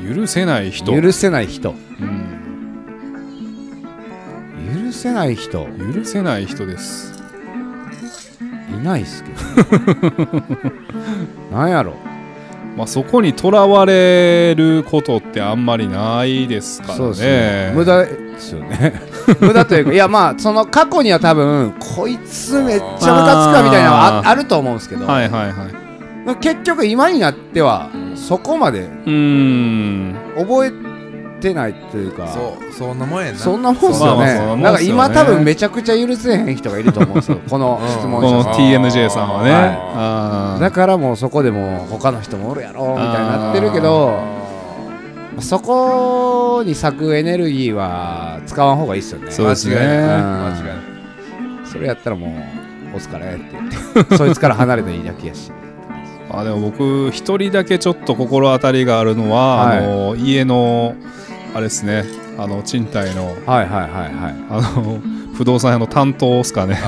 許せない
あ
人
許せない人
うん
許せない人
許せない人です
いないっす けどなんやろ
まあそこにとらわれることってあんまりないですからね
そうですね無駄ですよ ね無駄というかいやまあその過去には多分こいつめっちゃムカつくわみたいなのは
あ
あ
ー
あると思うんですけど、
はいはいはい。
結局今になってはそこまで
うーん。
覚えてないというか
そうそんなもんやな。
そんなもんっすよ
まあまあ
ね
そんなもんっすよね
なんか今多分めちゃくちゃ許せへん人がいると思うんですよこの質
こ
問者
の
さん
TNJ さんはね。
はい
あ
だからもうそこでもう他の人もおるやろみたいになってるけどそこに咲くエネルギーは使わん方がいいっすよね
そうですね
間違いな
う
い
ん
間違いない
それやったらもうお疲れって言って そいつから離れたいいだけやし
ーあでも僕一人だけちょっと心当たりがあるのは、
はい
あの家のあれですねあの賃貸の
はいはいはいはい
あの 不動産屋の担当ですかね。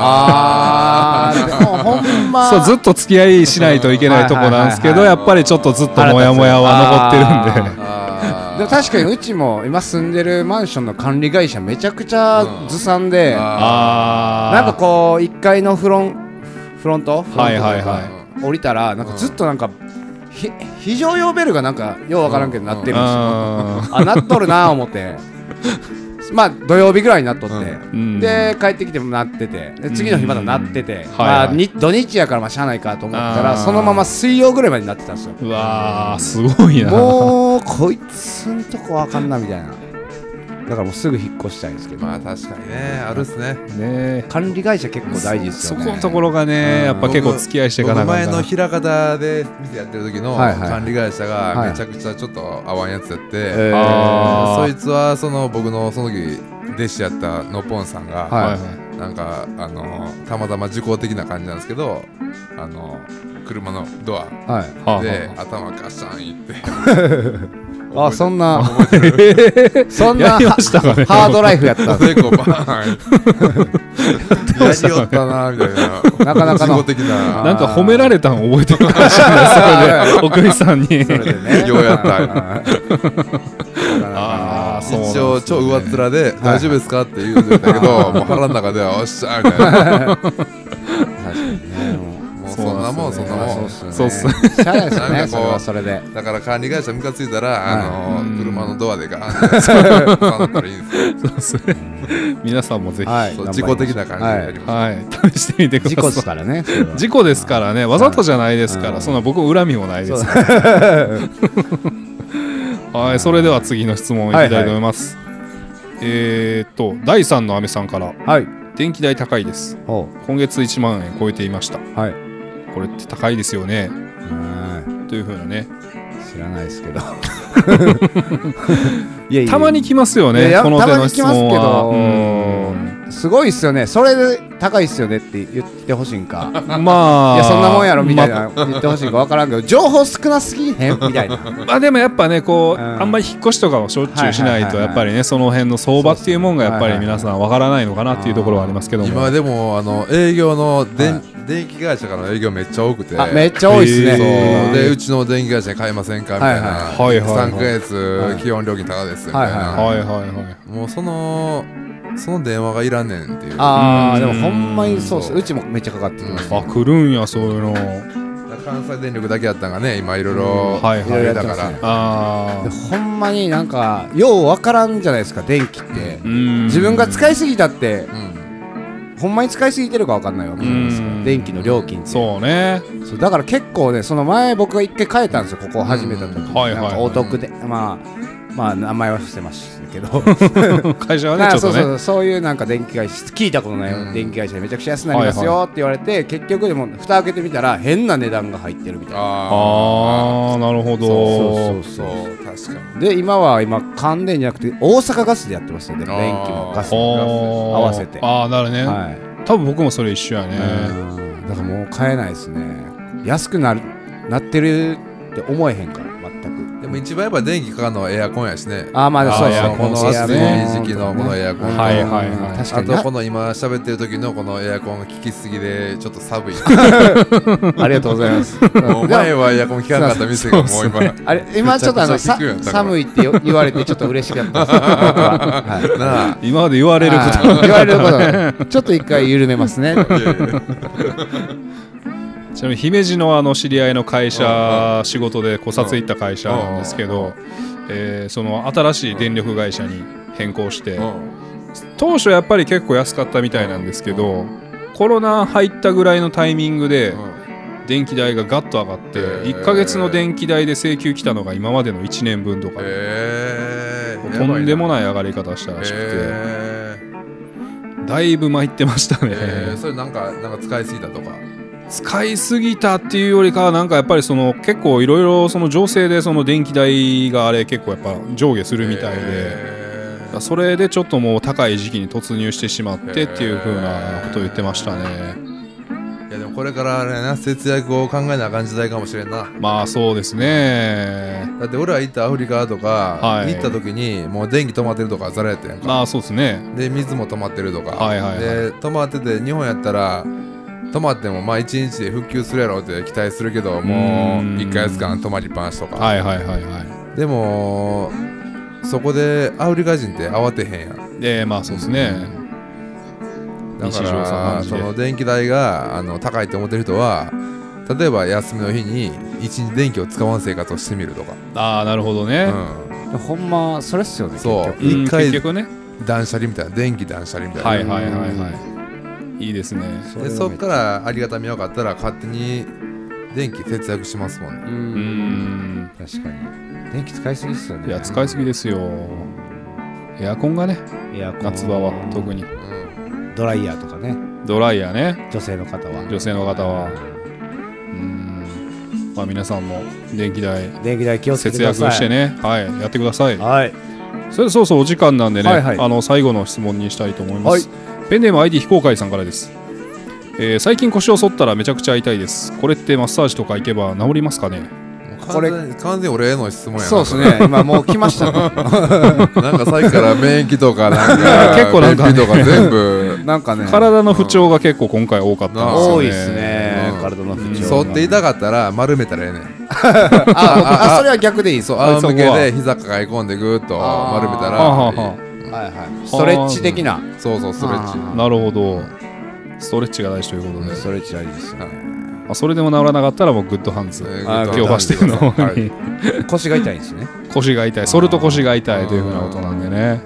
あーでもほんま
そうずっと付き合いしないといけないとこなんですけど
はいは
や
い
っぱりちょっとずっとモヤモヤは残ってるんで。
あー
でも確かにうちも今住んでるマンションの管理会社めちゃくちゃずさんで、
あ
なんかこう1階のフロンフロントフロントとうか
はいはいはい
降りたらなんかずっとなんか、ひ非常用ベルがなんかようわからんけど鳴ってるんですよ、
うん
あ鳴っとるなぁ思ってまあ土曜日ぐらいになっとって、
う
うん
で帰ってきてもなっててで次の日まだなってて、
うん
ま
はい
あ
はい
に土日やからまあしゃあないかと思ったら
あー
そのまま水曜ぐらいまでなってたん ですよ
うわーすごいな
もうこいつんとこあかんなみたいなだからもうすぐ引っ越したいんですけど、
まあ確かにねあるっすね
ね
管理会社結構大事です
そ
よ
こ
ね
のところがねやっぱ結構付き合いしていかなあ
僕
かん
前
か
の
ら
平方で店やってる時の
はいはい
管理会社が
はい
めちゃくちゃちょっと合わんやつやって、
えー
あー
そいつはその僕のその時弟子やったのぽんさんが、
はい
はい
なんかあのたまたま受講的な感じなんですけどあの車のドア
はい
はい
で頭ガシャンいって
あそんなそんな
やりましたかね
ハードライフや ったんです
でこうバー ンいってやりよったなみたいな
なかなかの
事故的な
なんか褒められたん覚えてるかもしれない それで奥井さんに
それでね
ようやった
ああそうなん
一
です
応
ね
超上っ面で「大丈夫ですか?」って言うんだけどもう腹の中では「おっしゃ」みたいな
確かにねもう
もうそんなもんそんなもん
そう
そう
っ
っ
す
す
ね
ね
しゃあないですよ
な
ね
んかこう
それはそれで
だから管理会社ムカついたらあの
うん
車のドアでガーンって挟んだらいいんです
そ
よ
うですね 皆さんもぜひ
はい
そう
頑張りまし
自
ょう
己的な感じでやりま
はい試してみてください
事故ですからねそれは
事故ですからね、わざとじゃないですか
うん
ら、そんな僕、恨みもないですから。はい、それでは次の質問いきたいと思います。えーっと、第3のアメさんから、
はい
電気代高いです。
おう
今月1万円超えていました。
はい
これって高いですよね。
うん
というふうなね、
知らないです けどいやいや
たまに来ますよ
い
ね
や、
この手の質問
たまに
は。
来ますけどすごいっすよねそれで高いっすよねって言ってほしいんか
うんまあ、
いやそんなもんやろみたい
ま
な言ってほしいか分からんけど情報少なす ぎへんみたいな
まあでもやっぱねこう、
うん
あんまり引っ越しとかをしょっちゅうしない
はいはい
と
はいはい
やっぱりねその辺の相場っていうもんがやっぱり皆さんわからないのかなっていうところはありますけど
す
も
今でもあの営業ので
は
ん電気会社からの営業めっちゃ多くて
あめっちゃ多いっす
そう
ね、
でうちの電気会社に買いませんかみたいな
はいはいはいはい
3ヶ月基本料金高いですみたい
はい
な
はいはいはい
もうそのその電話がいらんねんっていう
ああ
うん
でもほんまにそうっすうちもめっちゃかかってきます、
あ来るんやそういうの
関西電力だけやったんがね今いろいろ
はいはい
あれだから、
あ
で
ー
ほんまになんかよう分からんじゃないですか電気って、
うん
自分が使いすぎたって
うん、
ほんまに使いすぎてるか分かんないわけじゃないですか、
うん
電気の料金って
そうね
そうだから結構ねその前僕が一回変えたんですよここを始めた時、
うん
はいはい
なんかお得で、まあまあ名前は伏せましたけど
会社は
な
ね
ん
ち
か
ょ
そうそ
っと
う
ね
そうそういうなんか電気会社聞いたことない、
うん
電気会社でめちゃくちゃ安くなりますよって言われて、結局でも蓋開けてみたら変な値段が入ってるみたいな
ああ
ああなるほど
そうそう
そ
そう
う確かに
で今は今乾電じゃなくて大阪ガスでやってますので
あー
電気もガスも、
ほー
合わせて
ああなるね、
はい
多分僕もそれ一緒やね
うんだからもう買えないですね安くなるなってるって思えへんから全く
でも一番やっぱ電気かかるのはエアコンやしね
ああまあでもそう
あ
で
ー
すね
エアコン
この
そうっす
暑い
ね
時期のこのエアコンと、
はいはいはい
確か
あ
にな
とこの今喋ってる時のこのエアコンが効きすぎでちょっ と寒い
ありがとうござい ます。
もう前はエアコン効かなかった店がもう今
あれ今ちょっとあの
めちゃ
さ
くちゃ聞くよだから
寒いってよ言われてちょっと嬉しかったです。僕ははい
なあ
今まで言われるこ
あー言われることちょっと一回緩めますね。
いやいや
とちなみに姫路のあの知り合いの会社仕事でこう撮影行った会社なんですけどえーその新しい電力会社に変更して、
うん
当初やっぱり結構安かったみたいなんですけど、コロナ入ったぐらいのタイミングで電気代がガッと上がって、
へー
1ヶ月の電気代で請求来たのが今までの1年分とか、
ええ
とんでも
い
ない上がり方したらしく
えー
て、だいぶ参ってましたね、
えーそれなんかなんか使いすぎたとか
使いすぎたっていうよりかはなんかやっぱりその結構いろいろその情勢でその電気代があれ結構やっぱ上下するみたいで。
えー
それでちょっともう高い時期に突入してしまってっていうふうなことを言ってましたね。
いやでもこれからあれやな節約を考えなあかん時代かもしれんな
まあそうですね。
だって俺は行ったアフリカとか、
はい
行った時にもう電気止まってるとかざらやったやんか、
まあそうですね。
で水も止まってるとか、
はいはいはい
で止まってて日本やったら止まってもまあ1日で復旧するやろうって期待するけどもう
うん
1ヶ月間止まりっぱなしとか、
はいはいはいは
でもそこでアフリカ人って慌てへんやん
い。で、まあそうですね。
だか
日常茶
ら
飯事
そ
で
の電気代があの高いって思ってる人は例えば休みの日に一日電気を使わん生活をしてみるとか、
ああ、なるほどね。
う
ほんまそれっすよね。
ん、そう
結局
うん
一回
結局ね。
断捨離みたいな電気断捨離みたいな、
はいはいはいはいいいですね
でそっからありがたみよかったら勝手に電気節約しますもんね
う
うんん
確かに電気使いすぎっすよね
いや使いすぎですよエアコンがね
エアコン
夏場は特に
ドライヤーとかね
ドライヤーね
女性の方は
女性の方はうんまあ皆さんも電気代
電気代気をつけて
節
くだ
約
さい
してねはいやってください
はい
それでそうそうお時間なんでね、
はいはい
あの最後の質問にしたいと思いま
はい
す、ペンネーム ID 非公開さんからです、えー最近腰を反ったらめちゃくちゃ痛いですこれってマッサージとか行けば治りますかね
これ完全に俺への質問やな
そうですね今もう来ましたね
なんかさっきから免疫とかなんか
結構なんかね
便秘とか 全部
なんかね
体の不調が結構今回多かったんですよ、ね、
多いっすね
うん
体の不調
反って
い
痛かったら丸めたらええねん
あああそれは逆でいい
そう
あ
仰向け
そこは
で膝抱え込んでぐーっと
あー
丸めた
はあはあ
ら
は
はいはいストレッチ的な
そうそうストレッチ
あなるほどストレッチが大事ということで、
ストレッチはいいですよね
まあ、それでも治らなかったらもうグッドハンズ、
えー
あー
グッ
今日
ドダン
走
ス
ってるの方に、
はい
腰が痛いんですね
腰が痛いそれと腰が痛いというふうなことなんでね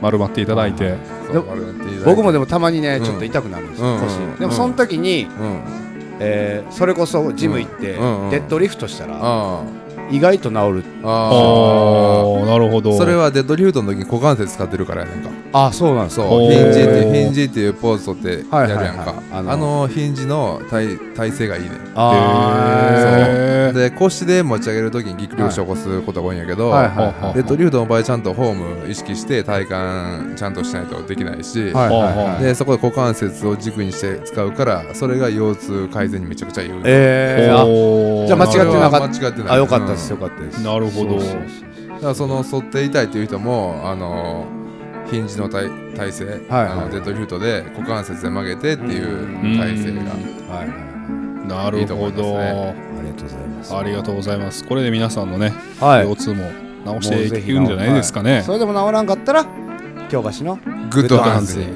丸まっていただいて
そう丸めていただいて
僕もでもたまにね
うん
ちょっと痛くなるんです
う
よ
ん
腰でもその時に
うん
えーそれこそジム行ってデ
うんうん
ッドリフトしたら
あ
意外と治る
ーあ
おーなるほど
ーそれはデッドリフトの時に股関節使ってるからやねんか
あそうなんです
そう
おー
ヒンジってヒンジっていうポーズ取ってやるやん
はいはいはい
か
あ
あ
の
のヒンジの体体勢がいいねん
あ
へー
で腰で持ち上げるときにぎっくり腰を起こすことが多いんやけど、
はいはいはい
はい
デッドリフトの場合ちゃんとフォーム意識して体幹ちゃんとしないとできないし、
ーはいはいはい
でそこで股関節を軸にして使うからそれが腰痛改善にめちゃくちゃ有用、
えーあ
おー
じゃあ間違って
それ
な
は
かった
間違ってない
あよかったです、
うん
よかったです
なるほど
そうそうそう
だからその反って痛いっていう人もあのヒンジの体体勢、
はい
あのデッドリフトで股関節で曲げてっていう体勢が、
はいはい
なるほど
いいと思いま
ありがとうございます
ありがとうございますこれで皆さんのね、
はい
腰痛も直していくんじゃないですかね
それでも治らんかったら京橋の
グッドハンズに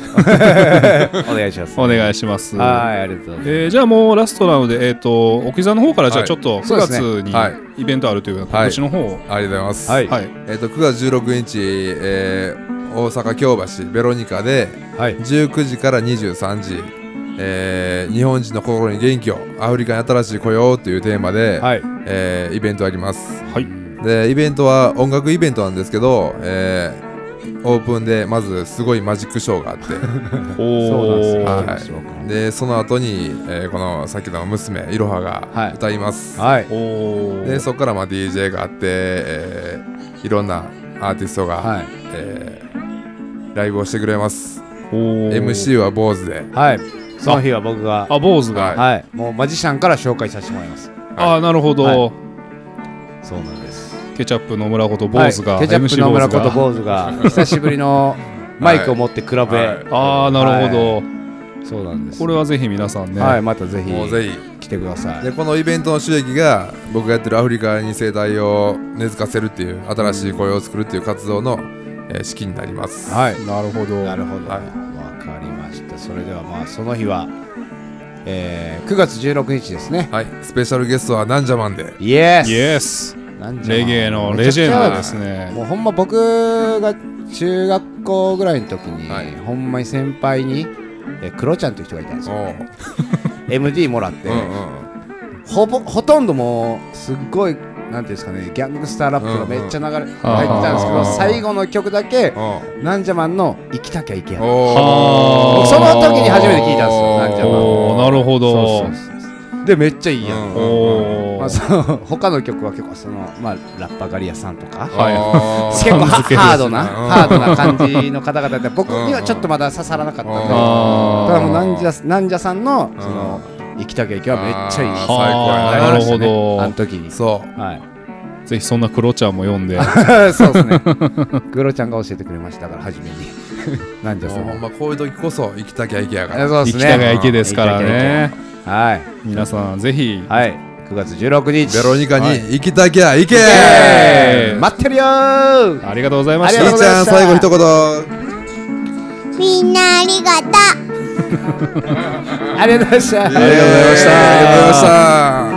お願いします
お願いします
はいありがとうございます
えーじゃあもうラストなので、えー、と沖沢の方からじゃあ
はい
ちょっと
そ
9
うです
月
ね
に
はい
イベントあるという今年の方を、はい
ありがとうございます、
はい
えっと9月16日、えー大阪京橋ベロニカで
はい
19時から23時、えー日本人の心に元気をアフリカに新しい雇用というテーマで、
はい
えーイベントあります
はい
でイベントは音楽イベントなんですけど、えーオープンでまずすごいマジックショーがあっ
そう
お
な
お
ん
は
で
い
すよ
てでその後に、えーこのさっきの娘いろ
は
は
い
が歌います、
はい
お
で
ー
そこからまあ DJ があって、えーいろんなアーティストが、
はい
えーライブをしてくれます
おー
MC は坊主で
はいその日は僕が
あ坊主が、
はい
はいもうマジシャンから紹介させてもらいます
あーなるほど、
はそうなんです
ケチャップ野村こと坊主が、
はいケチャップ
MC
野
坊
村
主
こと
が
坊主が久しぶりのマイクを持ってクラブ
は
へ
い
ああなるほど、
そうなんです
これはぜひ皆さんね、
はいまたぜひ
もうぜひ
来てください
でこのイベントの収益が僕がやってるアフリカに生態を根付かせるっていう新しい雇用を作るっていう活動の、えー資金になります
はい
なるほど
なるほど、
は
わ
い
かりました。それではまあその日は、えー、9月16日ですね。
はいスペシャルゲストはなんじゃマンで
イエ
イエス
スなんじゃ
レゲエのレジェンドですね
もうほんま僕が中学校ぐらいの時に、
はい
ほんまに先輩に、えー、クロちゃんという人がいたんです
お
よ。
う
MD もらって、
うんうん
ほぼほとんどもうすっごいなんていうんですかねギャングスターラップがめっちゃ流れ、入ってたんですけ
あ
ど
ー
最後の曲だけ
うん
なんじゃマンの生きたきゃいけない。
お
は
ー
その時に初めて聞いたんですよ
おー
なんじゃマンを。
おおーなるほど
そうそうそうでめっちゃいいやん、
うん
お
まあ、
お
その 他の曲は結構その、まあ、ラッパガリアさんとか
はい
あー
結構ハ
さん付けですね
ハードな
うん
ハードな感じの方々で僕にはちょっとまだ刺さらなかったんでただもうなんじゃなんじゃさんのその生きたきゃいけはめっちゃいい
あー
です
はあなるほど
あの時に
そ
はい
ぜひそんなクロちゃんも読んで
そうですねグロちゃんが教えてくれましただから初めになんじ
う
ゃさ
も
ん
うほん
は
まこういう時こそ生きたきゃいけやから
そうで
生
す
きたが
ね
池ですからね
はい
皆さんぜひ
はい9月16日
ベロニカに
はい
生きたきゃいけ
イエー
え
イ
ー
待ってるよー
ありがとうございまし
ありがとうご
た
兄ち
ざい
ゃ
ま
ん
した
最後一言
みんなありがとう
ありがとうございました
ありがとうございました